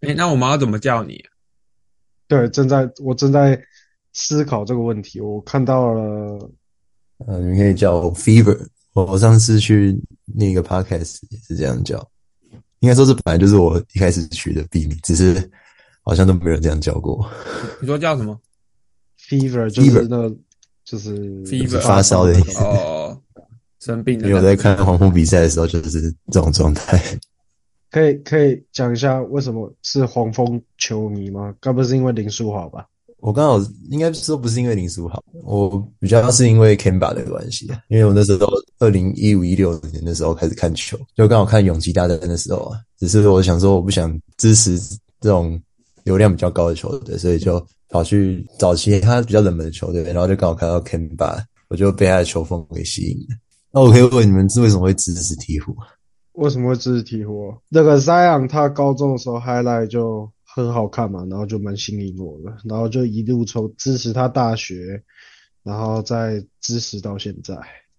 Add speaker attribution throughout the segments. Speaker 1: 哎，那我们要怎么叫你？啊
Speaker 2: 对，正在我正在思考这个问题，我看到了，
Speaker 3: 呃，你们可以叫我 Fever。我我上次去那个 podcast 也是这样叫，应该说这本来就是我一开始取的笔名，只是好像都没有人这样叫过，
Speaker 1: 你说叫什么？
Speaker 2: fever 就是
Speaker 3: Fever
Speaker 2: 那个就是
Speaker 1: Fever
Speaker 3: 就是发烧的意思
Speaker 1: 哦，生病
Speaker 3: 因
Speaker 1: 的
Speaker 3: 为
Speaker 1: 那
Speaker 3: 我
Speaker 1: 个。
Speaker 3: 在看黄蜂比赛的时候就是这种状态。
Speaker 2: 可以可以讲一下为什么是黄蜂球迷吗？该不是因为林书豪吧？
Speaker 3: 我刚好应该说不是因为林书豪，我比较是因为 Kemba 的关系，啊因为我那时候二零一五一六年的时候开始看球，就刚好看永吉大战的时候啊，只是我想说我不想支持这种流量比较高的球队，所以就跑去找其他比较冷门的球队，然后就刚好看到 Kemba，我就被他的球风给吸引了。那我可以问你们，是为什么会支持鹈鹕？
Speaker 2: 为什么会支持鹈鹕？那个 Zion 他高中的时候 highlight 就很好看嘛，然后就蛮吸引我的，然后就一路从支持他大学，然后再支持到现在。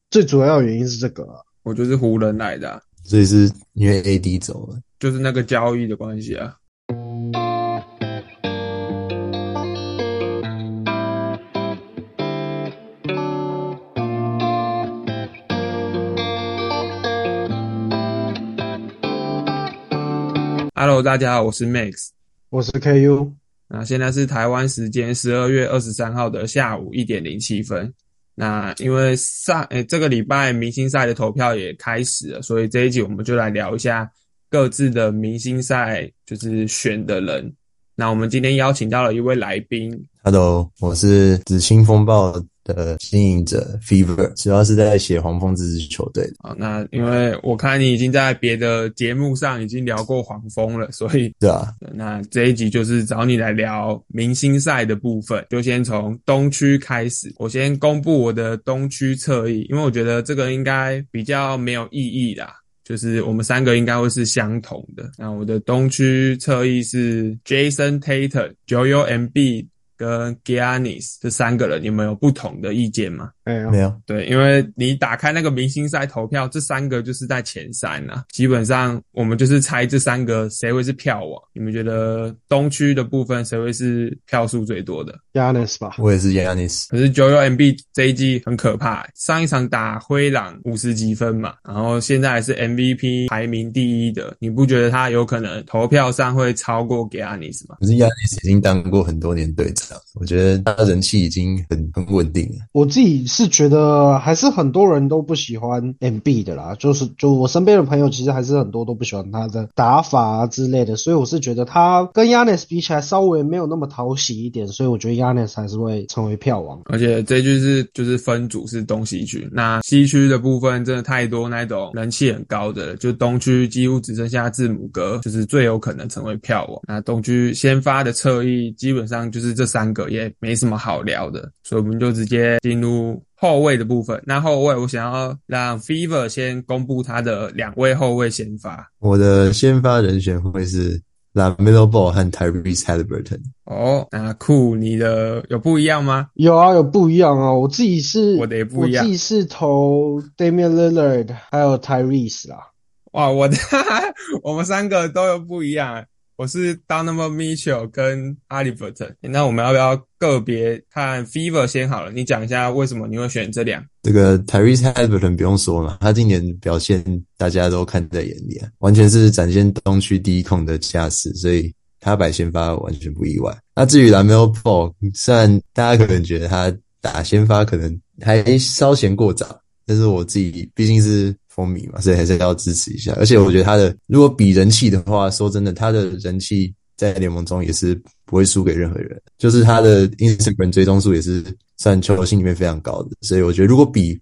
Speaker 2: 最主要原因是这个啊、
Speaker 1: 我就是湖人来的啊、
Speaker 3: 所以是因为 AD 走了，
Speaker 1: 就是那个交易的关系啊。Hello，大家好，我是 Max。
Speaker 2: 我是 KU，
Speaker 1: 那现在是台湾时间十二月二十三号的下午一点零七分。那因为上诶、这个礼拜明星赛的投票也开始了，所以这一集我们就来聊一下各自的明星赛，就是选的人。那我们今天邀请到了一位来宾，
Speaker 3: Hello，我是紫青风暴的经营者 Fever，主要是在写黄蜂这支球队的，
Speaker 1: 啊，那因为我看你已经在别的节目上已经聊过黄蜂了，所以
Speaker 3: 对啊，
Speaker 1: 那这一集就是找你来聊明星赛的部分，就先从东区开始。我先公布我的东区侧翼，因为我觉得这个应该比较没有意义啦，就是我们三个应该会是相同的。那我的东区侧翼是 Jason Tatum、Joel Embiid 跟 Giannis 这三个人，你们有不同的意见吗？
Speaker 2: 哎呀
Speaker 3: 没，有，
Speaker 1: 对，因为你打开那个明星赛投票，这三个就是在前三呐、基本上我们就是猜这三个谁会是票王。你们觉得东区的部分谁会是票数最多的？
Speaker 2: Yanis 吧，
Speaker 3: 我也是 Yanis，
Speaker 1: 可是 Joel MB 这一季很可怕、上一场打灰狼五十几分嘛，然后现在还是 MVP 排名第一的，你不觉得他有可能投票上会超过 g a n i s 吗？
Speaker 3: 可是 Yanis 已经当过很多年队长，我觉得他的人气已经很很稳定了。
Speaker 2: 我自己是觉得还是很多人都不喜欢 MB 的啦，就是就我身边的朋友，其实还是很多都不喜欢他的打法啊之类的，所以我是觉得他跟 Yanis 比起来稍微没有那么讨喜一点，所以我觉得 Yanis 还是会成为票王。
Speaker 1: 而且这句是就是分组是东西区，那西区的部分真的太多那种人气很高的了，就东区几乎只剩下字母哥，就是最有可能成为票王。那东区先发的侧翼基本上就是这三个，也没什么好聊的，所以我们就直接进入。后卫的部分，那后卫我想要让 Fever 先公布他的两位后卫先发
Speaker 3: 我的先发人选会是 LaMelo Ball 和 Tyrese Halliburton，
Speaker 1: 哦。那酷，你的有不一样吗？
Speaker 2: 有啊，有不一样啊！我自己是，
Speaker 1: 我的也不一样
Speaker 2: 我自己是投 Damian Lillard 还有 Tyrese 啦。
Speaker 1: 哇，我的我们三个都有不一样。我是 Donovan Mitchell 跟 Halliburton。那我们要不要个别看 Fever 先好了？你讲一下为什么你会选这两？
Speaker 3: 这个 Tyrese Halliburton 不用说嘛，他今年表现大家都看在眼里啊，完全是展现东区第一控的架势，所以他摆先发完全不意外。那至于 LaMelo Ball，虽然大家可能觉得他打先发可能还稍嫌过早，但是我自己毕竟是风靡嘛，所以还是要支持一下。而且我觉得他的如果比人气的话，说真的，他的人气在联盟中也是不会输给任何人，就是他的 Instagram 追踪数也是算球星里面非常高的。所以我觉得如果比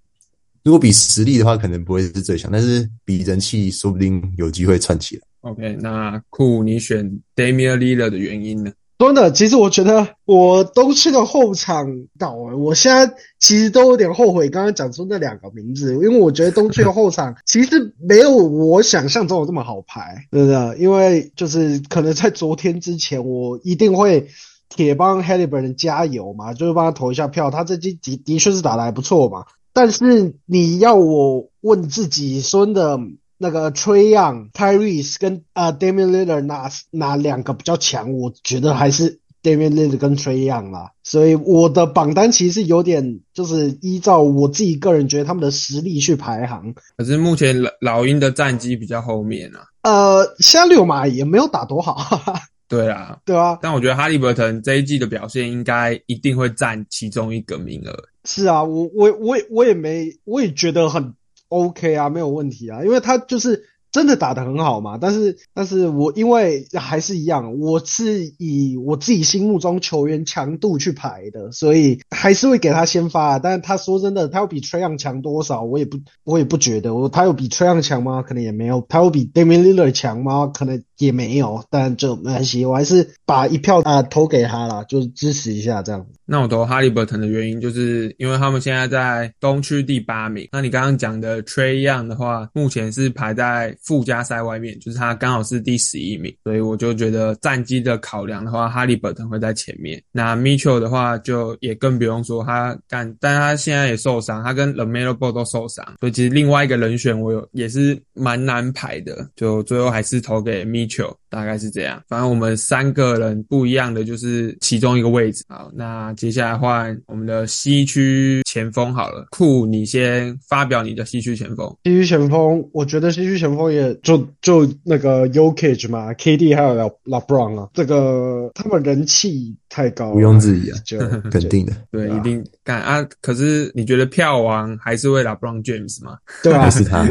Speaker 3: 如果比实力的话，可能不会是最强，但是比人气说不定有机会串起来。
Speaker 1: OK，那酷，你选 Damian l i l l a r 的原因呢？
Speaker 2: 真的，其实我觉得我东区的后场倒了，我现在其实都有点后悔刚刚讲出那两个名字，因为我觉得东区的后场 其实没有我想象中的这么好排，真的，因为就是可能在昨天之前，我一定会铁帮 Halliburton 加油嘛，就是帮他投一下票，他这季的的确是打得还不错嘛，但是你要我问自己，说真的，那个 Trey Young、Tyrese 跟呃 Damian Lillard 哪哪两个比较强？我觉得还是 Damian Lillard 跟 Trey Young 啦。所以我的榜单其实有点就是依照我自己个人觉得他们的实力去排行。
Speaker 1: 可是目前老老鹰的战绩比较后面啊。
Speaker 2: 呃，现在六马也没有打多好， 哈哈
Speaker 1: 对啦，
Speaker 2: 对吧、
Speaker 1: 但我觉得哈利伯腾这一季的表现应该一定会占其中一个名额。
Speaker 2: 是啊，我我我也我也没，我也觉得很 OK 啊，没有问题啊，因为他就是真的打得很好嘛。但是，但是我因为还是一样，我是以我自己心目中球员强度去排的，所以还是会给他先发、啊。但是他说真的，他要比崔样强多少，我也不我也不觉得。我他有比崔样强吗？可能也没有。他有比 Damian Lillard 强吗？可能也没有。但就没关系，我还是把一票啊、投给他啦，就是支持一下这样。
Speaker 1: 那我投哈利伯腾的原因，就是因为他们现在在东区第八名。那你刚刚讲的 Trey Young 的话，目前是排在附加赛外面，就是他刚好是第十一名，所以我就觉得战绩的考量的话，哈利伯腾会在前面。那 Mitchell 的话，就也更不用说他干，但他现在也受伤，他跟 Lamelo Ball 都受伤，所以其实另外一个人选我有也是蛮难排的，就最后还是投给 Mitchell。大概是这样。反正我们三个人不一样的就是其中一个位置。好，那接下来换我们的西区前锋好了，库，你先发表你的西区前锋。
Speaker 2: 西区前锋，我觉得西区前锋也就就那个 Yokage 嘛，KD 还有 La La Brown 啊，这个他们人气太高了，
Speaker 3: 毋庸置疑啊
Speaker 2: 就
Speaker 3: 肯定的，
Speaker 1: 对，
Speaker 2: 对啊
Speaker 1: 一定干啊！可是你觉得票王还是会 LeBron James 吗？
Speaker 2: 对吧、
Speaker 3: 还是 他。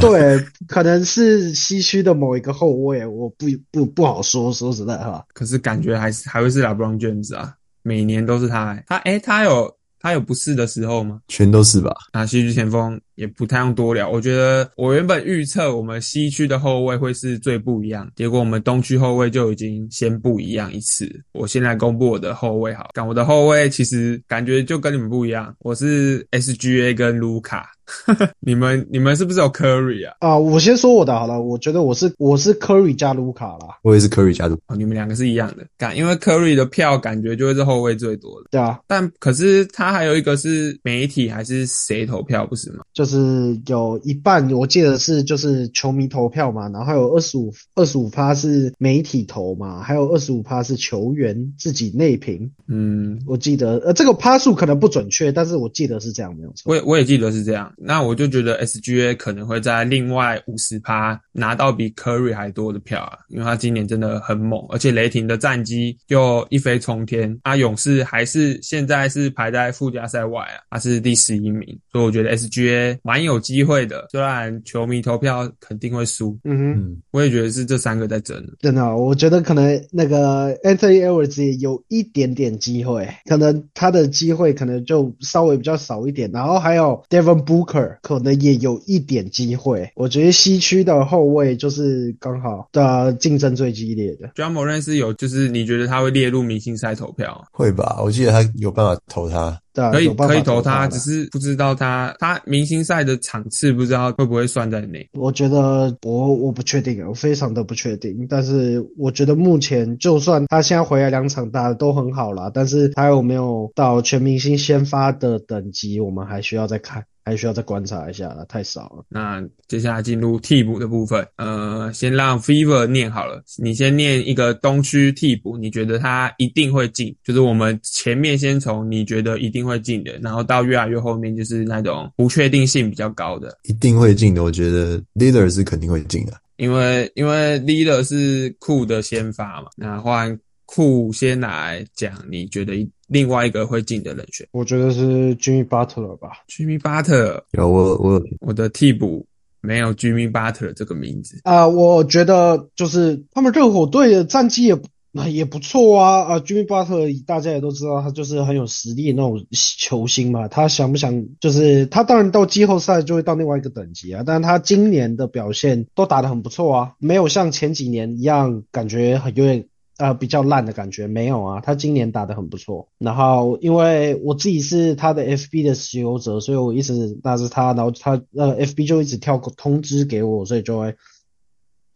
Speaker 2: 对，可能是西区的某一个后卫，我不不不好说，说实在话，
Speaker 1: 可是感觉还是还会是 LeBron James 啊，每年都是他、欸。他诶、他有他有不适的时候吗？
Speaker 3: 全都是吧？
Speaker 1: 啊，西区前锋也不太用多聊。我觉得我原本预测我们西区的后卫会是最不一样，结果我们东区后卫就已经先不一样一次。我先来公布我的后卫好，但我的后卫其实感觉就跟你们不一样，我是 SGA 跟卢卡。 你们你们是不是有 Curry 啊？
Speaker 2: 啊、我先说我的好了，我觉得我是我是 Curry 加卢卡啦，
Speaker 3: 我也是 Curry 加入，
Speaker 1: 哦，你们两个是一样的，感因为 Curry 的票感觉就会是后卫最多的，
Speaker 2: 对啊，
Speaker 1: 但可是他还有一个是媒体还是谁投票不是吗？
Speaker 2: 就是有一半我记得是就是球迷投票嘛，然后还有二十五二十五趴是媒体投嘛，还有二十五趴是球员自己内评，
Speaker 1: 嗯，
Speaker 2: 我记得呃这个趴数可能不准确，但是我记得是这样没有错
Speaker 1: 我。也我也记得是这样，那我就觉得 SGA 可能会在另外五十趴拿到比 Curry 还多的票啊，因为他今年真的很猛，而且雷霆的战绩又一飞冲天，啊，勇士还是现在是排在附加赛外啊，他是第十一名，所以我觉得 SGA 蛮有机会的，虽然球迷投票肯定会输，
Speaker 2: 嗯哼。
Speaker 3: 嗯，
Speaker 1: 我也觉得是这三个在争。
Speaker 2: 真的，我觉得可能那个 Anthony Edwards 也有一点点机会，可能他的机会可能就稍微比较少一点。然后还有 Devin Booker 可能也有一点机会。我觉得西区的后卫就是刚好的竞争最激烈的。
Speaker 1: j o h n m o r a n 是有，就是你觉得他会列入明星赛投票？啊
Speaker 3: 会吧？我记得他有办法投他，
Speaker 2: 对啊，
Speaker 1: 可以
Speaker 2: 有办法
Speaker 1: 可以投
Speaker 2: 他
Speaker 1: 他，
Speaker 2: 啦，
Speaker 1: 只是不知道他他明星赛的场次不知道会不会算在内。
Speaker 2: 我觉得我我不确定，我非常的不确定。但是我觉得目前就算他现在回来两场打的都很好啦，但是他有没有到全明星先发的等级，我们还需要再看，还需要再观察一下啦，太少了。
Speaker 1: 那接下来进入替补的部分，呃，先让 Fever 念好了，你先念一个东区替补，你觉得他一定会进，就是我们前面先从你觉得一定会进的，然后到越来越后面就是那种不确定性比较高的。
Speaker 3: 一定会进的。我觉得 Leader 是肯定会进的。
Speaker 1: 因为因为 leader 是库的先发嘛，那换库先来讲，你觉得一另外一个会进的人选
Speaker 2: 我觉得是 Jimmy Butler 吧，
Speaker 1: ，Jimmy Butler，
Speaker 3: 有我我有
Speaker 1: 我的替补没有 Jimmy Butler 这个名字，
Speaker 2: 啊、我觉得就是他们热火队的战绩也不 也不错啊啊、j i m m y Butler 大家也都知道，他就是很有实力的那种球星嘛。他想不想就是他当然到季后赛就会到另外一个等级啊，但是他今年的表现都打得很不错啊，没有像前几年一样感觉很有点呃比较烂的感觉没有啊，他今年打得很不错。然后因为我自己是他的 FB 的持有者，所以我一直拿着他，然后他呃 FB 就一直跳通知给我，所以就会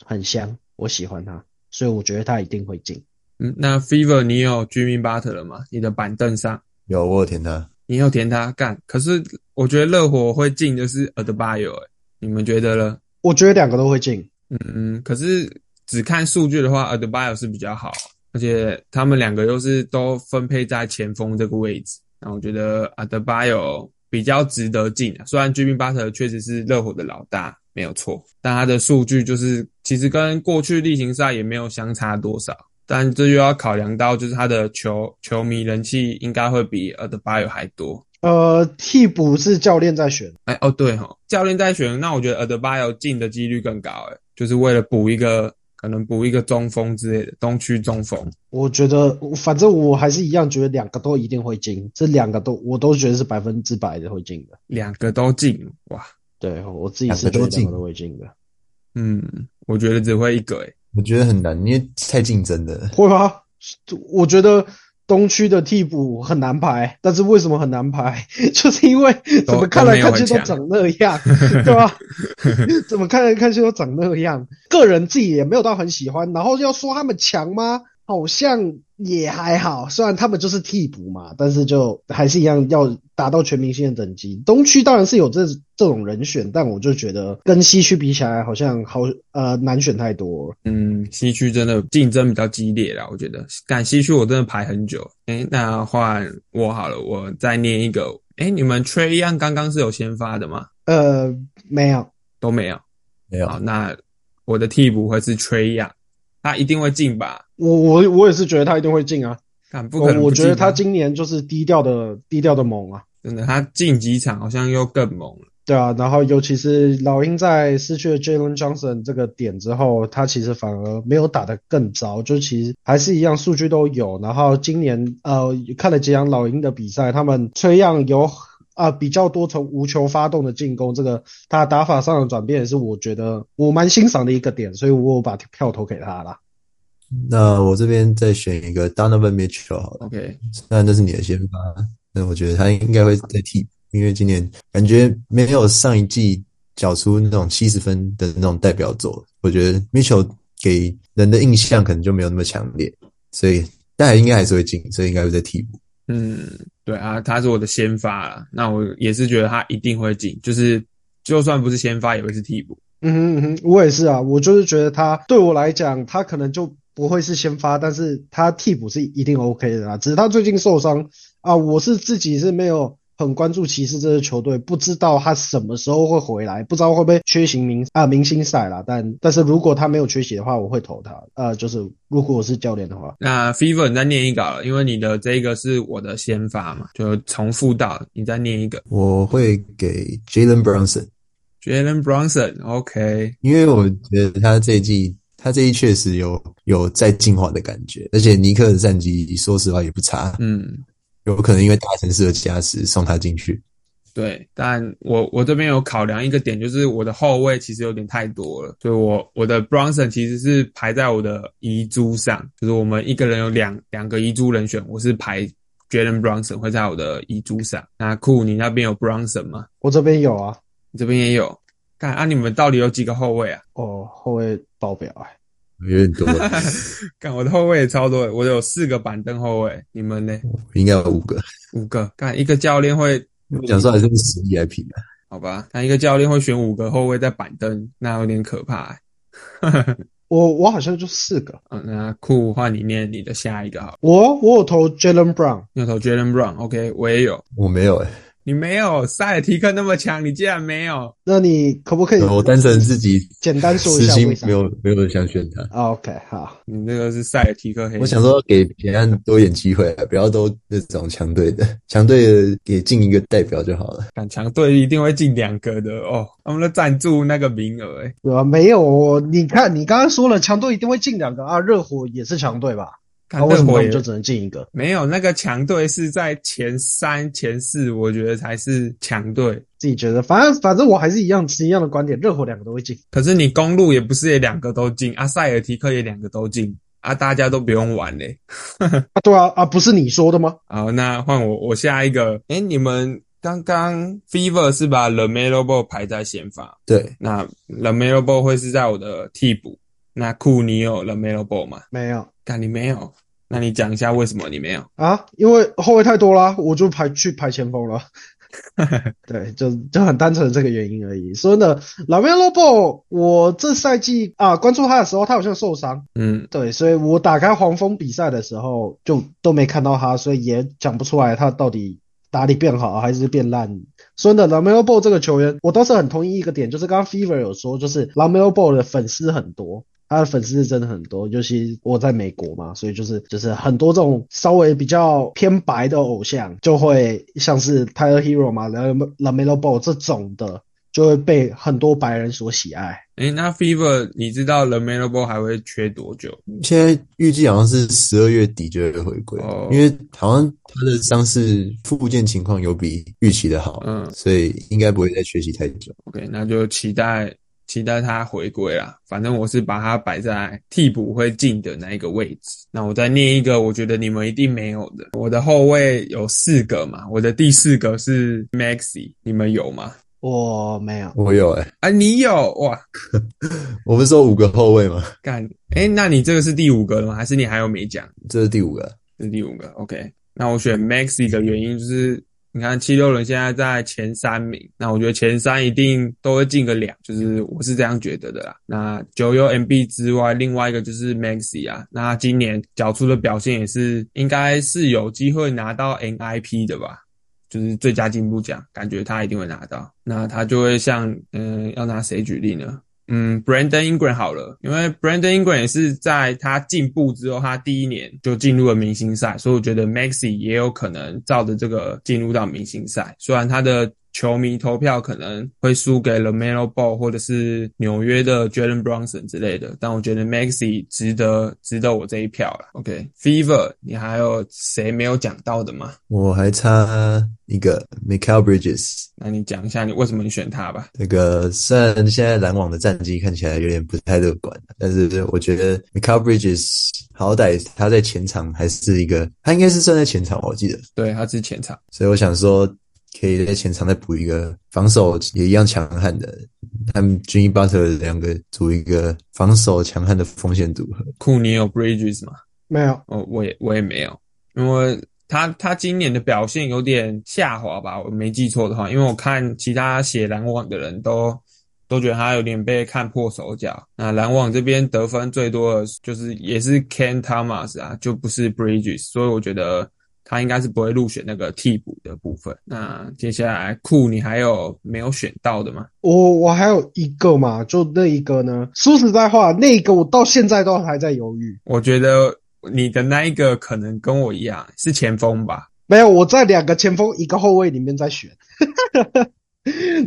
Speaker 2: 很香，我喜欢他，所以我觉得他一定会进。
Speaker 1: 嗯，那 Fever 你有 Jimmy Butler 吗？你的板凳上
Speaker 3: 有我有填他，
Speaker 1: 你有填他干，可是我觉得热火会进的是 a d b i o 欸你们觉得呢？
Speaker 2: 我觉得两个都会进。
Speaker 1: 嗯，可是只看数据的话，Adbio 是比较好，而且他们两个又是都分配在前锋这个位置，那我觉得 Adbio 比较值得进、啊。虽然 Jimmy Butler 确实是热火的老大，没有错，但他的数据就是其实跟过去例行赛也没有相差多少。但这又要考量到，就是他的球球迷人气应该会比 Adbio 还多。
Speaker 2: 呃，替补是教练在选，
Speaker 1: 哎哦对哈、教练在选，那我觉得 Adbio 进的几率更高哎，就是为了补一个可能补一个中锋之类的东区中锋。
Speaker 2: 我觉得反正我还是一样，觉得两个都一定会进，这两个都我都觉得是百分之百的会进的。
Speaker 1: 两个都进，哇，
Speaker 2: 对我自己是觉得两个都会进的，
Speaker 1: 嗯，我觉得只会一个欸诶。
Speaker 3: 我觉得很难，因为太竞争了。
Speaker 2: 会吗？我觉得东区的替补很难排，但是为什么很难排？ 就是因为怎么看来看去都长那 样，对吧？怎么看来看去都长那样，个人自己也没有到很喜欢，然后要说他们强吗？好像也还好，虽然他们就是替补嘛，但是就还是一样要达到全明星的等级。东区当然是有这这种人选，但我就觉得跟西区比起来，好像好呃难选太多了。
Speaker 1: 嗯，西区真的竞争比较激烈啦，我觉得。但西区我真的排很久。诶，那换我好了，我再念一个。诶，你们 Trey y o n 刚刚是有先发的吗？
Speaker 2: 呃，没有，
Speaker 1: 都没有。
Speaker 3: 没有
Speaker 1: 好，那我的替补会是 Trey y o n 他一定会进吧？
Speaker 2: 我我我也是觉得他一定会进啊。
Speaker 1: 但不可
Speaker 2: 我
Speaker 1: 能不
Speaker 2: 我觉得
Speaker 1: 进吧啊
Speaker 2: 他今年就是低调的低调的猛啊，
Speaker 1: 真的，他进几场好像又更猛了。
Speaker 2: 对啊，然后尤其是老鹰在失去了 Jalen Johnson 这个点之后，他其实反而没有打得更糟，就其实还是一样数据都有。然后今年呃看了几场老鹰的比赛，他们崔样有啊、比较多从无球发动的进攻，这个他打法上的转变也是我觉得我蛮欣赏的一个点，所以我把票投给他啦。
Speaker 3: 那我这边再选一个 Donovan Mitchell 好了，
Speaker 1: OK，
Speaker 3: 虽然这是你的先发，但我觉得他应该会再替，因为今年感觉没有上一季缴出那种七十分的那种代表作。我觉得 Mitchell 给人的印象可能就没有那么强烈，所以但应该还是会进，所以应该会在替补。
Speaker 1: 嗯，对啊，他是我的先发啦。那我也是觉得他一定会进，就是就算不是先发，也会是替补。
Speaker 2: 嗯哼嗯哼，我也是啊，我就是觉得他对我来讲，他可能就不会是先发，但是他替补是一定 OK 的啦。只是他最近受伤啊，我是自己是没有很关注骑士这支球队，不知道他什么时候会回来，不知道会不会缺席明啊明星赛啦。但但是如果他没有缺席的话，我会投他。呃，就是如果我是教练的话，
Speaker 1: 那 Fever 你再念一个好了，因为你的这个是我的先发嘛，就重复到你再念一个
Speaker 3: 我会给 Jalen Brunson，
Speaker 1: Jalen Brunson，OK，、
Speaker 3: 因为我觉得他这一季，他这一季确实有有在进化的感觉，而且尼克的战绩说实话也不差，
Speaker 1: 嗯，
Speaker 3: 有可能因为大城市的加持送他进去。
Speaker 1: 对，但我我这边有考量一个点，就是我的后卫其实有点太多了，所以我我的 Brunson 其实是排在我的遗珠上，就是我们一个人有两两个遗珠人选，我是排 Jalen Brunson 会在我的遗珠上。那库你那边有 Brunson 吗？
Speaker 2: 我这边有啊，
Speaker 1: 你这边也有？看啊，你们到底有几个后卫啊？
Speaker 2: 哦，后卫爆表哎、
Speaker 3: 有点多，
Speaker 1: 干我的后卫也超多的，我有四个板凳后卫，你们呢？
Speaker 3: 应该有五个。
Speaker 1: 五个。干一个教练会，
Speaker 3: 我想说还是十亿来评的，
Speaker 1: 好吧？他一个教练会选五个后卫在板凳，那有点可怕、欸。
Speaker 2: 我我好像就四个，
Speaker 1: 嗯，那酷换你念你的下一个好了，
Speaker 2: 我我有投 Jalen Brown。
Speaker 1: 你有投 Jalen Brown，OK，、我也有。
Speaker 3: 我没有哎、
Speaker 1: 你没有塞尔提克那么强，你竟然没有？
Speaker 2: 那你可不可以
Speaker 3: 我单纯自己
Speaker 2: 简单说一
Speaker 3: 私
Speaker 2: 下为
Speaker 3: 心
Speaker 2: 啥
Speaker 3: 没有没有想选他。
Speaker 2: ？OK，好，
Speaker 1: 你这个是塞尔提克黑人。
Speaker 3: 我想说给别人多一点机会，啊不要都那种强队的，强队的给进一个代表就好了。
Speaker 1: 敢强队一定会进两个的哦，他们都占住那个名额欸诶、
Speaker 2: 对吧？呃没有，你看你刚刚说了，强队一定会进两个啊，热火也是强队吧？啊
Speaker 1: 看
Speaker 2: 那为
Speaker 1: 啊热
Speaker 2: 什么
Speaker 1: 火
Speaker 2: 我
Speaker 1: 也
Speaker 2: 们就只能进一个？
Speaker 1: 没有那个强队是在前三、前四，我觉得才是强队。
Speaker 2: 自己觉得，反正反正我还是一样持一样的观点，热火两个都会进。
Speaker 1: 可是你公路也不是也两个都进，啊，塞尔提克也两个都进，啊，大家都不用玩欸嘞。
Speaker 2: 啊，对啊，啊，不是你说的吗？
Speaker 1: 好，那换我，我下一个。诶，你们刚刚 Fever 是把 l e m e l o b 排在先发，
Speaker 3: 对，
Speaker 1: 那 l e m e l o b 会是在我的替补。那库你有 l e m e l o b 吗？
Speaker 2: 没有
Speaker 1: 但你没有， 那你讲一下为什么你没有？
Speaker 2: 啊，因为后卫太多啦，我就排去排前锋了。 对，就就很单纯的这个原因而已。说真的，Lamelo Ball，我这赛季啊关注他的时候，他好像受伤，
Speaker 1: 嗯，
Speaker 2: 对，所以我打开黄蜂比赛的时候就都没看到他，所以也讲不出来他到底哪里变好还是变烂。说真的，Lamelo Ball 这个球员，我倒是很同意一个点，就是刚刚 Fever 有说，就是 Lamelo Ball 的粉丝很多。他的粉丝是真的很多，尤其我在美国嘛，所以就是就是很多这种稍微比较偏白的偶像，就会像是 Tyler Hero 嘛、Lamelo Ball 这种的，就会被很多白人所喜爱。
Speaker 1: 诶，那 Fever 你知道 The m a n a b l e 还会缺多久？
Speaker 3: 现在预计好像是十二月底就会回归，
Speaker 1: 哦
Speaker 3: 因为好像他的伤势复健情况有比预期的好，
Speaker 1: 嗯
Speaker 3: 所以应该不会再学习太久。
Speaker 1: OK，那就期待期待他回归啦。反正我是把他摆在替补会进的那一个位置。那我再念一个，我觉得你们一定没有的。我的后卫有四个嘛，我的第四个是 Maxi，你们有吗？
Speaker 2: 我没有，
Speaker 3: 我有哎、
Speaker 1: 啊，你有哇，
Speaker 3: 我不是说五个后卫吗？
Speaker 1: 干诶，那你这个是第五个了吗？还是你还有没讲？
Speaker 3: 这是第五个，
Speaker 1: 这是第五个，OK。那我选 Maxi 的原因就是，你看七六人现在在前三名，那我觉得前三一定都会进个两，就是我是这样觉得的啦。那九 U MB 之外，另外一个就是 Maxi 啊，那他今年缴出的表现也是应该是有机会拿到 NIP 的吧。就是最佳进步奖，感觉他一定会拿到。那他就会像，嗯、要拿谁举例呢？嗯，Brandon Ingram 好了，因为 Brandon Ingram 也是在他进步之后，他第一年就进入了明星赛，所以我觉得 Maxi 也有可能照着这个进入到明星赛。虽然他的球迷投票可能会输给 LaMelo Ball 或者是纽约的 Jalen Brunson 之类的，但我觉得 Maxi 值得值得我这一票了。OK，Fever，、你还有谁没有讲到的吗？
Speaker 3: 我还差一个 Michael Bridges。
Speaker 1: 那你讲一下你为什么你选他吧。
Speaker 3: 那个虽然现在篮网的战绩看起来有点不太乐观，但是我觉得 m i c a e l Bridges 好歹他在前场还是一个，他应该是算在前场吧，我记得，
Speaker 1: 对，他是前场。
Speaker 3: 所以我想说可以在前场再补一个防守也一样强悍的，他们 Jimmy Butler 两个组一个防守强悍的锋线组合。
Speaker 1: 库你有 Bridges 吗？
Speaker 2: 没有。
Speaker 1: 哦，我也我也没有，因为他他今年的表现有点下滑吧，我没记错的话，因为我看其他写篮网的人都都觉得他有点被看破手脚。那篮网这边得分最多的就是也是 Ken Thomas 啊，就不是 Bridges，所以我觉得。他应该是不会入选那个替补的部分。那接下来库，你还有没有选到的吗？
Speaker 2: 我我还有一个嘛，就那一个呢。说实在话，那一个我到现在都还在犹豫。
Speaker 1: 我觉得你的那一个可能跟我一样是前锋吧，
Speaker 2: 没有，我在两个前锋一个后卫里面在选。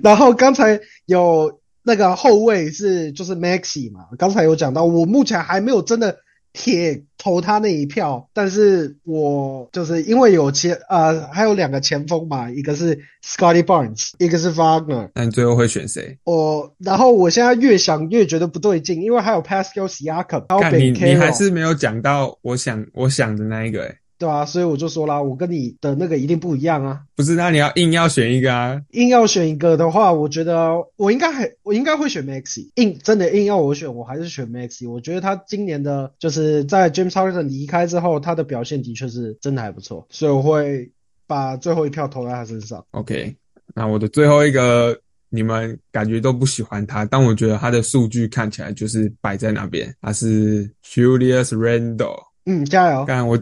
Speaker 2: 然后刚才有那个后卫是就是 Maxi 嘛，刚才有讲到，我目前还没有真的铁投他那一票，但是我就是因为有前呃还有两个前锋嘛，一个是 Scotty Barnes，一个是 Wagner，
Speaker 1: 那你最后会选谁？
Speaker 2: 我哦然后我现在越想越觉得不对劲，因为还有 Pascal Siakam，还有
Speaker 1: 看你
Speaker 2: Ben
Speaker 1: 你
Speaker 2: Carroll，
Speaker 1: 还是没有讲到我想我想的那一个、欸，
Speaker 2: 对啊，所以我就说啦，我跟你的那个一定不一样啊。
Speaker 1: 不是？那你要硬要选一个啊？
Speaker 2: 硬要选一个的话，我觉得我应该还我应该会选 Maxi。硬真的硬要我选，我还是选 Maxi。我觉得他今年的就是在 James Harden 离开之后，他的表现的确是真的还不错，所以我会把最后一票投在他身上。
Speaker 1: OK，那我的最后一个，你们感觉都不喜欢他，但我觉得他的数据看起来就是摆在那边，他是 Julius Randle。
Speaker 2: 嗯，加油，
Speaker 1: 但我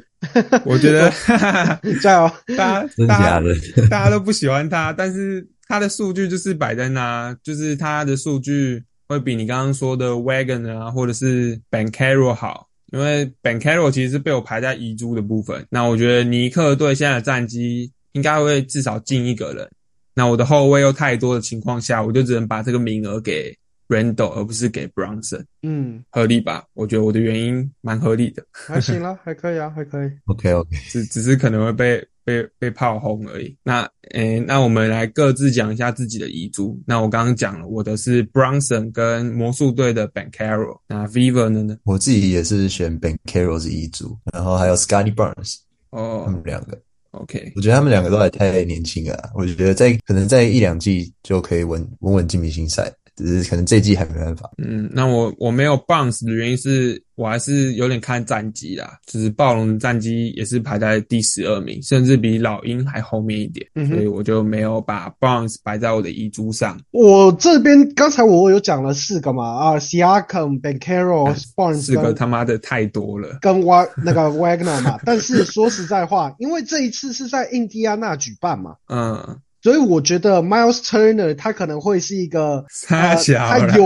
Speaker 1: 我觉得
Speaker 2: 加油！
Speaker 1: 大家
Speaker 3: 真
Speaker 1: 大
Speaker 3: 假
Speaker 1: 家
Speaker 3: 的？
Speaker 1: 大家都不喜欢他，但是他的数据就是摆在那，就是他的数据会比你刚刚说的 Wagon 啊，或者是 Bankero 好。因为 Bankero 其实是被我排在遗珠的部分，那我觉得尼克队现在的战绩应该会至少进一个人。那我的后卫又太多的情况下，我就只能把这个名额给 Randall，而不是给 Bronson，
Speaker 2: 嗯，
Speaker 1: 合理吧？我觉得我的原因蛮合理的。
Speaker 2: 还行啦，还可以啊，还可以。
Speaker 3: OK OK，
Speaker 1: 只只是可能会被被被炮轰而已。那诶、那我们来各自讲一下自己的遗珠。那我刚刚讲了，我的是 Bronson 跟魔术队的 Bancaro，那 Viva 呢呢？
Speaker 3: 我自己也是选 Ben Carroll 是一组，然后还有 Scotty Barnes
Speaker 1: 哦、
Speaker 3: 他
Speaker 2: 嗯
Speaker 3: 们两个。
Speaker 1: o k
Speaker 3: 我觉得他们两个都还太年轻了啊、我觉得在可能在一两季就可以稳稳稳进明星赛，只是可能这一季还没办法。
Speaker 1: 嗯，那我我没有 bounce 的原因是我还是有点看战绩啦，就是暴龙的战绩也是排在第十二名，甚至比老鹰还后面一点，
Speaker 2: 嗯哼
Speaker 1: 所以我就没有把 bounce 摆在我的遗珠上。
Speaker 2: 我这边刚才我有讲了四个嘛，啊，Siakam、Ben Carroll、Barnes
Speaker 1: 哎四个
Speaker 2: 跟
Speaker 1: 他妈的太多了，
Speaker 2: 跟 Wa 那个 Wagner 嘛。 但是说实在话，因为这一次是在印第安纳举办嘛，
Speaker 1: 嗯，
Speaker 2: 所以我觉得 Miles Turner 他可能会是一 个呃
Speaker 1: 太啊小
Speaker 2: 他
Speaker 1: 了，
Speaker 2: 有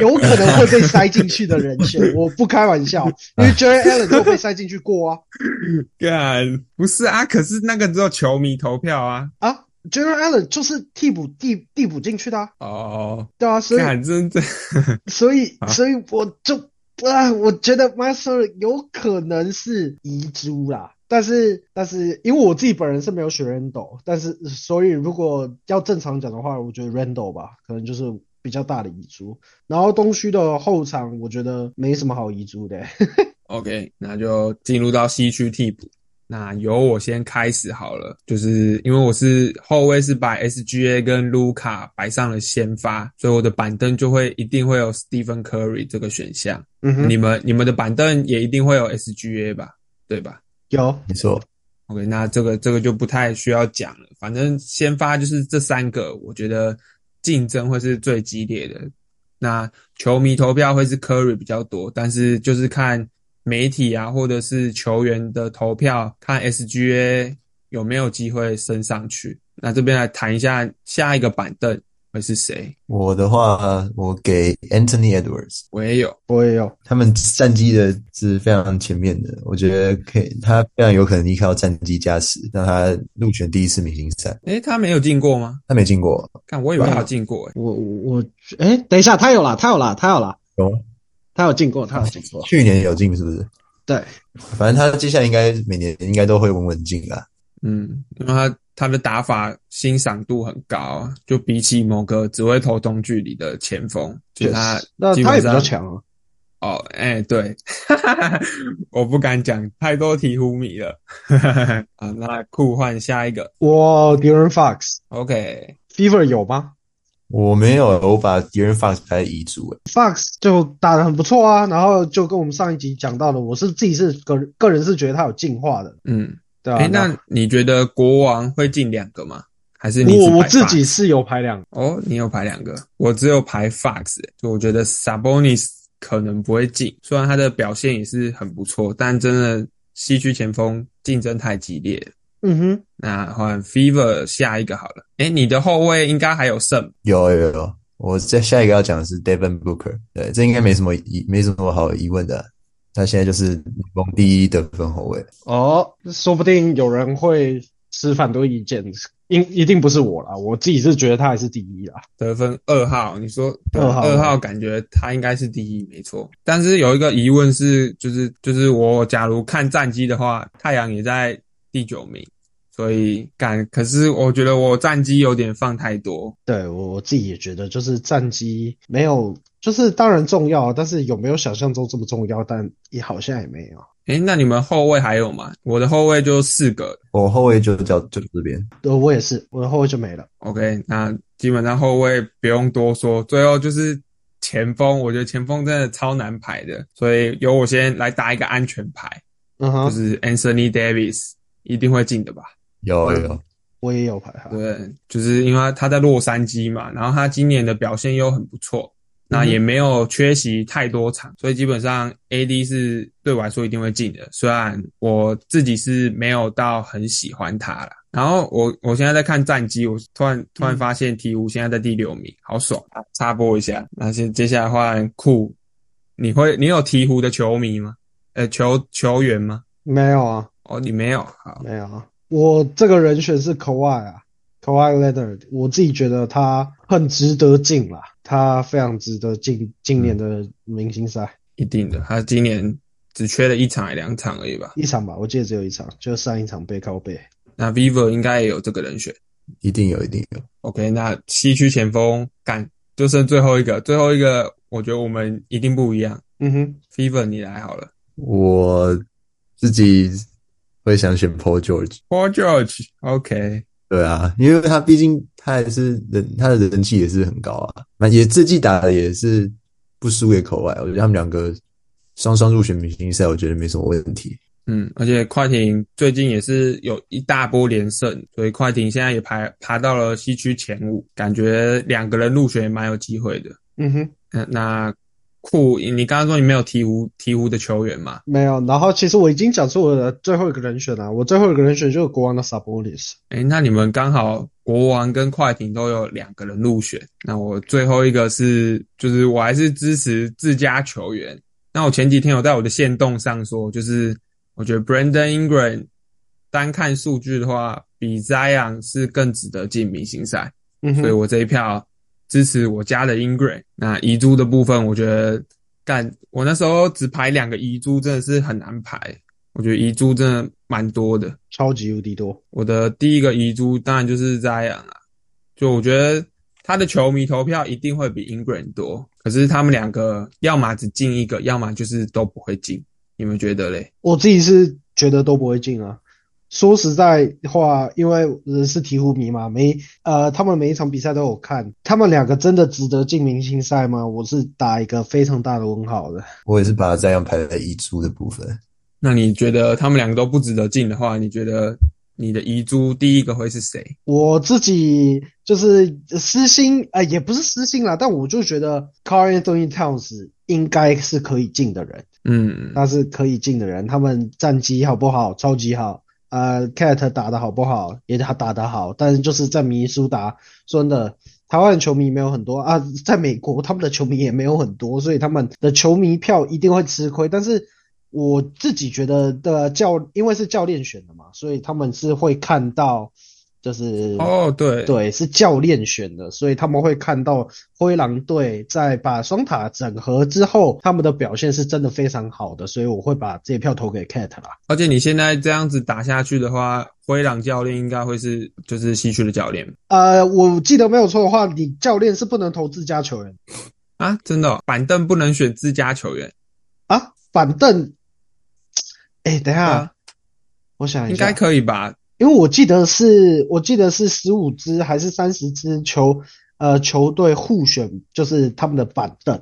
Speaker 2: 有可能会被塞进去的人 选，我不开玩笑，因
Speaker 1: 啊
Speaker 2: 为 Jerry Allen 就被塞进去过啊
Speaker 1: 干不是啊，可是那个只有球迷投票啊，
Speaker 2: 啊，Jerry Allen 就是替补替替补进去的、啊，
Speaker 1: 哦，
Speaker 2: 对啊，所以
Speaker 1: 干真 的，
Speaker 2: 所以
Speaker 1: 啊
Speaker 2: 所以我就啊，我觉得 m a s t e r 有可能是遗珠啦。但是，但是，因为我自己本人是没有选 Randall，但是，所以如果要正常讲的话，我觉得 Randall 吧，可能就是比较大的遗珠。然后东区的后场，我觉得没什么好遗珠的、
Speaker 1: OK，那就进入到西区替补。那由我先开始好了，就是因为我是后卫，是把 SGA 跟卢卡摆上了先发，所以我的板凳就会一定会有 Stephen Curry 这个选项。
Speaker 2: 嗯哼，
Speaker 1: 你们你们的板凳也一定会有 SGA 吧？对吧？
Speaker 2: 有
Speaker 3: 没错，
Speaker 1: OK，那这个这个就不太需要讲了。反正先发就是这三个，我觉得竞争会是最激烈的。那球迷投票会是 Curry 比较多，但是就是看媒体啊，或者是球员的投票，看 SGA 有没有机会升上去。那这边来谈一下下一个板凳会是谁？
Speaker 3: 我的话我给 Anthony Edwards，
Speaker 1: 我也有，
Speaker 2: 我也有，
Speaker 3: 他们战绩的是非常前面的，我觉得可以，他非常有可能依靠战绩加持让他入选第一次明星赛，
Speaker 1: 诶，他没有进过吗？
Speaker 3: 他没进过，
Speaker 1: 看，我以为他有进过、诶
Speaker 2: 我我我，哎，等一下，他有啦，他有啦，他有啦，
Speaker 3: 有吗
Speaker 2: 他有进过，他有进过，
Speaker 3: 去年有进是不是？
Speaker 2: 对，
Speaker 3: 反正他接下来应该每年应该都会稳稳进啊。
Speaker 1: 嗯，因为他他的打法欣赏度很高啊，就比起某个只会投中距离的前锋，就是他
Speaker 2: 那
Speaker 1: 基
Speaker 2: 他也
Speaker 1: 本
Speaker 2: 比较
Speaker 1: 上
Speaker 2: 强啊。
Speaker 1: 哦，哎、对， 我不敢讲太多鹈鹕迷了。 啊，那酷换下一个
Speaker 2: 我 d a r e n Fox
Speaker 1: ，OK，
Speaker 2: Fever 有吗
Speaker 3: 我没有，我把敌人 Fox 排在遗嘱、欸，
Speaker 2: ？Fox 就打得很不错啊，然后就跟我们上一集讲到的，我是自己是个人个人是觉得他有进化的，
Speaker 1: 嗯，
Speaker 2: 对啊吧、
Speaker 1: 哎、那你觉得国王会进两个吗？还是你只
Speaker 2: 我我
Speaker 1: 排
Speaker 2: 自
Speaker 1: Fox？
Speaker 2: 己是有排两，
Speaker 1: 哦，你有排两个，我只有排 Fox，欸就我觉得 Sabonis 可能不会进，虽然他的表现也是很不错，但真的西区前锋竞争太激烈了。
Speaker 2: 嗯哼，
Speaker 1: 那换 Fever 下一个好了，诶，你的后卫应该还有剩，
Speaker 3: 有有有。我再下一个要讲的是 Devin Booker，对，这应该没什么疑，没什么好疑问的啊、他现在就是联盟第一得分后卫，
Speaker 2: 哦，说不定有人会持反对意见，应一定不是我啦，我自己是觉得他还是第一啦。
Speaker 1: 得分二号，你说对
Speaker 2: 二号
Speaker 1: 二号感觉他应该是第一，没错。但是有一个疑问是，就是就是我假如看战绩的话，太阳也在第九名，所以感可是我觉得我战绩有点放太多，
Speaker 2: 对我我自己也觉得，就是战绩没有，就是当然重要，但是有没有想象中这么重要？但也好像也没有。
Speaker 1: 诶，那你们后卫还有吗？我的后卫就四个
Speaker 3: 我后卫就叫就这边，
Speaker 2: 对，呃我也是，我的后卫就没了。
Speaker 1: ，OK，那基本上后卫不用多说。最后就是前锋，我觉得前锋真的超难排的，所以由我先来打一个安全牌，
Speaker 2: 嗯
Speaker 1: 就
Speaker 2: 哼，
Speaker 1: 是 Anthony Davis 一定会进的吧？
Speaker 3: 有有有，
Speaker 2: 我也有排他。
Speaker 1: 对，就是因为他在洛杉矶嘛，然后他今年的表现又很不错，那也没有缺席太多场，所以基本上 AD 是对我来说一定会进的，虽然我自己是没有到很喜欢他啦。然后我我现在在看战绩，我突然突然发现鹈鹕现在在第六名，好爽！啊插播一下，那先接下来换酷，你会你有鹈鹕的球迷吗？呃，球球员吗？
Speaker 2: 没有啊，
Speaker 1: 哦，你没有，好，
Speaker 2: 没有啊。我这个人选是 k a w i 啊 k a w i Leonard，我自己觉得他很值得进啦，他非常值得进今年的明星赛、
Speaker 1: 一定的，他今年只缺了一场还两场而已吧。
Speaker 2: 一场吧，我记得只有一场，就上一场背靠背。
Speaker 1: 那 Vivo 应该也有这个人选。
Speaker 3: 一定有一定有。
Speaker 1: OK，那西区前锋干就剩最后一个，最后一个我觉得我们一定不一样。
Speaker 2: 嗯哼，
Speaker 1: Vivo 你来好了
Speaker 3: 我自己会想选 Paul George，
Speaker 1: ，Paul George，OK，、
Speaker 3: 对啊，因为他毕竟他还是人，他的人气也是很高啊。那也这季打的也是不输给口外，我觉得他们两个双双入选明星赛，我觉得没什么问题。
Speaker 1: 嗯，而且快艇最近也是有一大波连胜，所以快艇现在也排爬到了西区前五，感觉两个人入选也蛮有机会的。
Speaker 2: 嗯哼，
Speaker 1: 嗯，那库，你刚刚说你没有鹈鹕鹈鹕的球员嘛？
Speaker 2: 没有。然后其实我已经讲出我的最后一个人选了，我最后一个人选就是国王的 Sabonis。
Speaker 1: 哎，那你们刚好国王跟快艇都有两个人入选，那我最后一个是，就是我还是支持自家球员。那我前几天有在我的线动上说，就是我觉得 Brandon Ingram 单看数据的话，比 Zion 是更值得进明星赛。
Speaker 2: 嗯
Speaker 1: 所以
Speaker 2: 哼，
Speaker 1: 我这一票支持我家的 Ingram。那遗珠的部分，我觉得干我那时候只排两个遗珠，真的是很难排。我觉得遗珠真的蛮多的。
Speaker 2: 超级无敌多。
Speaker 1: 我的第一个遗珠当然就是扎养啊，就我觉得他的球迷投票一定会比 Ingram 多，可是他们两个要么只进一个，要么就是都不会进。你们觉得嘞？
Speaker 2: 我自己是觉得都不会进啊。说实在话，因为人是鹈鹕迷嘛，每呃他们每一场比赛都有看，他们两个真的值得进明星赛吗？我是打一个非常大的问号的。
Speaker 3: 我也是把这样排在遗珠的部分。
Speaker 1: 那你觉得他们两个都不值得进的话，你觉得你的遗珠第一个会是谁？
Speaker 2: 我自己就是私心，呃，也不是私心啦，但我就觉得 Car Anthony Towns 应该是可以进的人，
Speaker 1: 嗯，
Speaker 2: 他是可以进的人，他们战绩好不好？超级好。呃，Cat 打得好不好？也他打得好，但是就是在明尼苏达，说真的，台湾球迷没有很多啊，在美国他们的球迷也没有很多，所以他们的球迷票一定会吃亏。但是我自己觉得的教，因为是教练选的嘛，所以他们是会看到，就是
Speaker 1: 哦，对，
Speaker 2: 对，是教练选的，所以他们会看到灰狼队在把双塔整合之后，他们的表现是真的非常好的，所以我会把这一票投给 Cat 啦。
Speaker 1: 而且你现在这样子打下去的话，灰狼教练应该会是就是西区的教练
Speaker 2: 呃，我记得没有错的话，你教练是不能投自家球员
Speaker 1: 啊，真的哦、板凳不能选自家球员，
Speaker 2: 啊，板凳。哎，等一下，
Speaker 1: 啊
Speaker 2: 我想一
Speaker 1: 应
Speaker 2: 下，
Speaker 1: 该可以吧？
Speaker 2: 因为我记得是，我记得是十五支还是三十支球，呃，球队互选，就是他们的板凳，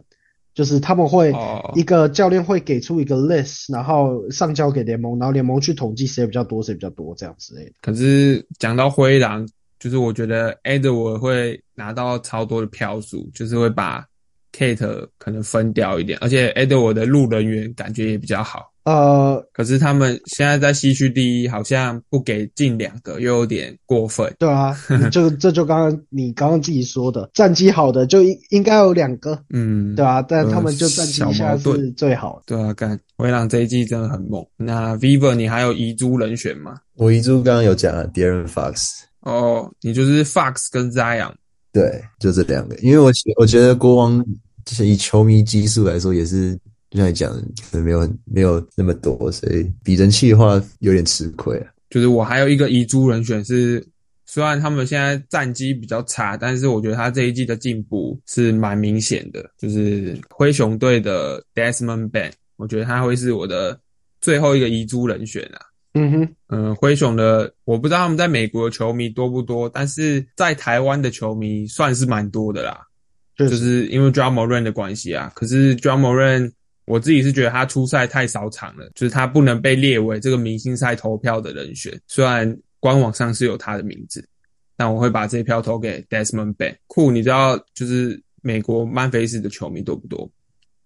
Speaker 2: 就是他们会
Speaker 1: 哦
Speaker 2: 一个教练会给出一个 list，然后上交给联盟，然后联盟去统计谁比较多，谁比较多这样之类的。
Speaker 1: 可是讲到灰狼，就是我觉得 Edward 会拿到超多的票数，就是会把 Kate 可能分掉一点，而且 Edward 的路人缘感觉也比较好。
Speaker 2: 呃，
Speaker 1: 可是他们现在在西区第一，好像不给进两个又有点过分。
Speaker 2: 对啊， 你就这就刚刚你刚刚自己说的，战绩好的就应应该有两个，
Speaker 1: 嗯，
Speaker 2: 对啊，但他们就
Speaker 1: 呃
Speaker 2: 战绩
Speaker 1: 小
Speaker 2: 一下
Speaker 1: 矛盾
Speaker 2: 是最好的。
Speaker 1: 对啊，干灰狼这一季真的很猛。那 Viva 你还有遗珠人选吗？
Speaker 3: 我遗珠刚刚有讲了 Darren Fox，
Speaker 1: 哦，你就是 Fox 跟 Zion。
Speaker 3: 对，就这两个。因为我觉我觉得国王就是以球迷基数来说，也是就像你讲，的，可能没有很没有那么多，所以比人气的话有点吃亏啊。
Speaker 1: 就是我还有一个遗珠人选是，虽然他们现在战绩比较差，但是我觉得他这一季的进步是蛮明显的。就是灰熊队的 Desmond b a n 我觉得他会是我的最后一个遗珠人选啊。
Speaker 2: 嗯哼，
Speaker 1: 嗯，灰熊的我不知道他们在美国的球迷多不多，但是在台湾的球迷算是蛮多的啦。
Speaker 2: 确
Speaker 1: 就
Speaker 2: 实，
Speaker 1: 是因为 d r u m m o r a n 的关系啊。可是 d r u m m o r a n 我自己是觉得他出赛太少场了，就是他不能被列为这个明星赛投票的人选。虽然官网上是有他的名字，但我会把这一票投给 Desmond Bain。酷，你知道就是美国曼菲斯的球迷多不多？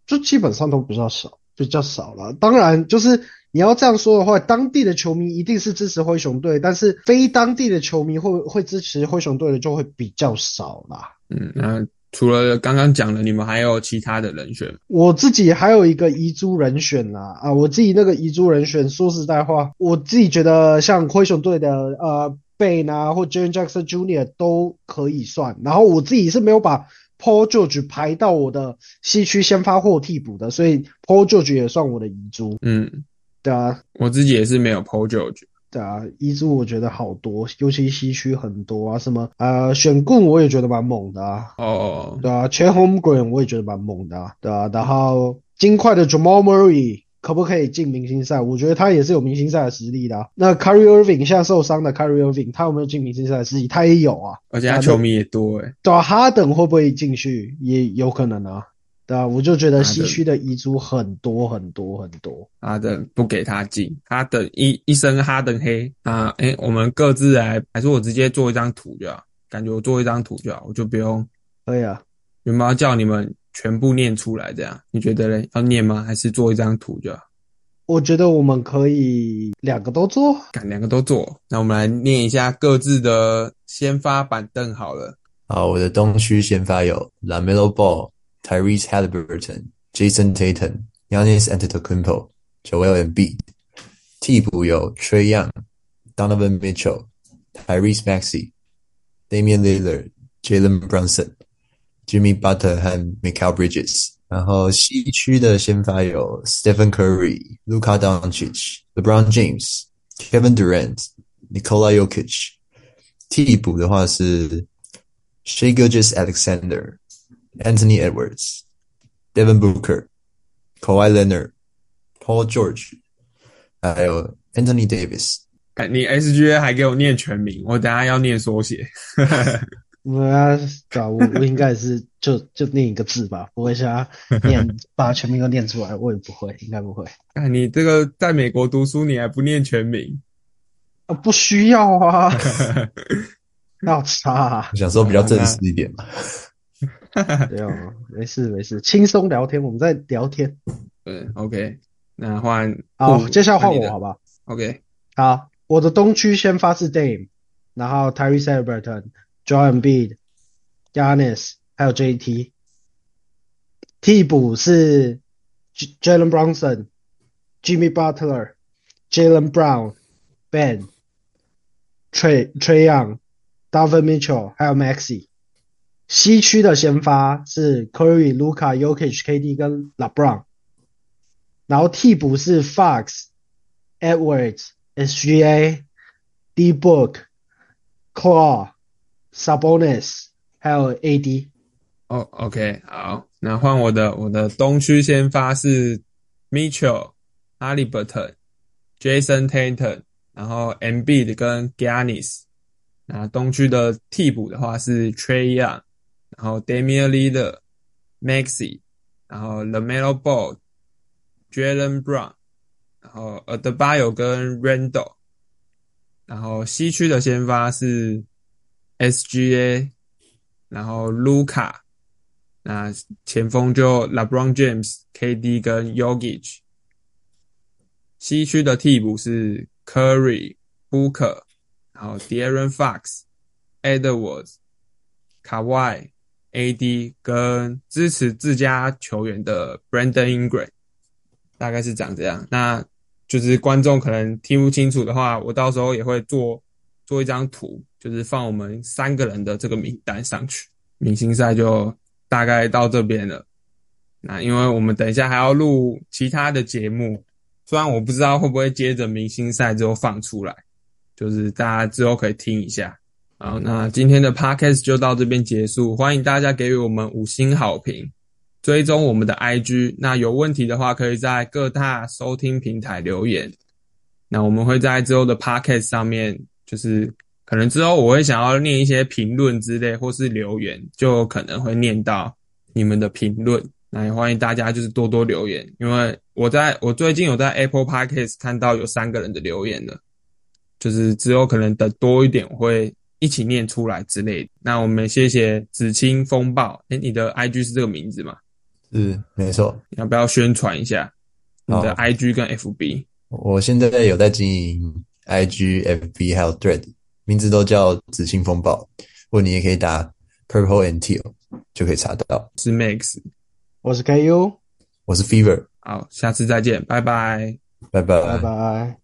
Speaker 2: 就基本上都比较少，比较少了。当然，就是你要这样说的话，当地的球迷一定是支持灰熊队，但是非当地的球迷会会支持灰熊队的就会比较少啦。
Speaker 1: 嗯，那除了刚刚讲的，你们还有其他的人选吗？
Speaker 2: 我自己还有一个遗珠人选啦、啊，我自己那个遗珠人选，说实在话，我自己觉得像灰熊队的呃贝啊或 j a n Jackson Jr. 都可以算，然后我自己是没有把 Paul George 排到我的西区先发或替补的，所以 Paul George 也算我的遗珠，
Speaker 1: 嗯，
Speaker 2: 对啊，
Speaker 1: 我自己也是没有 p o j o
Speaker 2: 对啊，遗珠我觉得好多，尤其西区很多啊，什么呃选棍我也觉得蛮猛的啊，
Speaker 1: 哦，
Speaker 2: 对啊，全 Homegrown 我也觉得蛮猛的啊，对啊，然后金块的 Jamal Murray 可不可以进明星赛？我觉得他也是有明星赛的实力的啊、那 Curry Irving 现在受伤的 Curry Irving，他有没有进明星赛的实力？他也有啊。
Speaker 1: 而且他球迷也多欸诶、
Speaker 2: 对啊，哈登会不会进去也有可能啊。对啊，我就觉得西区的遗珠很多很多很多。
Speaker 1: 哈登不给他进，哈登一一身哈登黑啊！诶、我们各自来，还是我直接做一张图就好，感觉我做一张图就好，我就不用
Speaker 2: 可以啊，
Speaker 1: 有没有叫你们全部念出来这样？你觉得嘞？要念吗？还是做一张图就好？
Speaker 2: 我觉得我们可以两个都做。啊
Speaker 1: 敢两个都做，那我们来念一下各自的先发板凳好了。
Speaker 3: 好，啊我的东区先发有 Lamelo Ball、Tyrese Halliburton、Jason Tatum、Giannis Antetokounmpo、Joel Embiid。替补有 Trey Young、Donovan Mitchell、Tyrese Maxey、Damian Lillard、Jalen Brunson、Jimmy Butler 和 Michael Bridges。然后西区的先发有 Stephen Curry、Luka Doncic、LeBron James、Kevin Durant、Nikola Jokic。替补的话是 Shea Gilgeous Alexander、Anthony Edwards、Devin Booker、Kawhi Leonard、Paul George，还有 Anthony Davis。
Speaker 1: 干你 SGA 还给我念全名，我等一下要念缩写。
Speaker 2: 我要找我我应该也是就就念一个字吧，不会像他念把全名都念出来，我也不会，应该不会。
Speaker 1: 干你这个在美国读书，你还不念全 名？
Speaker 2: 啊，不需要啊， 要差、啊
Speaker 3: 我，想说比较正式一点嘛。
Speaker 2: 没有，没事没事，轻松聊天，我们在聊天。
Speaker 1: 对，OK，那换
Speaker 2: 好，
Speaker 1: 不
Speaker 2: 接下来换
Speaker 1: 哦那你
Speaker 2: 我
Speaker 1: 的
Speaker 2: 好吧？
Speaker 1: OK，
Speaker 2: 好，我的东区先发是 Dame，然后 Tyrese Halliburton、Joel Embiid、Giannis，还有 JT。替补是 J- Jalen Brunson、Jimmy Butler、Jalen Brown、Ben、Trey Trey Young、Donovan Mitchell，还有 Maxi。西区的先发是 Curry、Luka、Jokic、KD 跟 LeBron，然后替补是 Fox、Edwards、SGA、D Book、Claw、Sabonis，还有 AD。
Speaker 1: 哦、o k 好，那换我的，我的东区先发是 Mitchell、阿里伯特、Jason Tatum，然后 Embiid 跟 Giannis。那东区的替补的话是 Trey Young，然后 Damian l e a d e r Maxi，然后 Lamelo Ball、Jalen Brown，然后 Adebayo 跟 Randall。然后西区的先发是 SGA，然后 Luca。那前锋就 LeBron James、KD 跟 Yogic。西区的替补是 Curry、Booker，然后 De'Aaron Fox、Edwards、Kawhi、AD 跟支持自家球员的 Brandon Ingram，大概是长这样。那就是观众可能听不清楚的话，我到时候也会做做一张图，就是放我们三个人的这个名单上去。明星赛就大概到这边了。那因为我们等一下还要录其他的节目，虽然我不知道会不会接着明星赛之后放出来，就是大家之后可以听一下。好，那今天的 podcast 就到这边结束，欢迎大家给予我们五星好评，追踪我们的 IG。那有问题的话，可以在各大收听平台留言。那我们会在之后的 podcast 上面，就是可能之后我会想要念一些评论之类，或是留言，就可能会念到你们的评论。那也欢迎大家就是多多留言，因为我在我最近有在 Apple Podcast 看到有三个人的留言了，就是之后可能等多一点，我会一起念出来之类的。那我们谢谢紫青风暴，诶，你的 IG 是这个名字吗？
Speaker 3: 是，没错。
Speaker 1: 你要不要宣传一下你的
Speaker 3: 好
Speaker 1: IG 跟 FB？
Speaker 3: 我现在有在经营 IG、FB 还有 Thread，名字都叫紫青风暴。不过你也可以打 Purple and Teal 就可以查得到。
Speaker 1: 是 Max。
Speaker 2: 我是 KU，
Speaker 3: 我是 Fever，
Speaker 1: 好，下次再见，拜拜。
Speaker 3: 拜拜。
Speaker 2: 拜拜。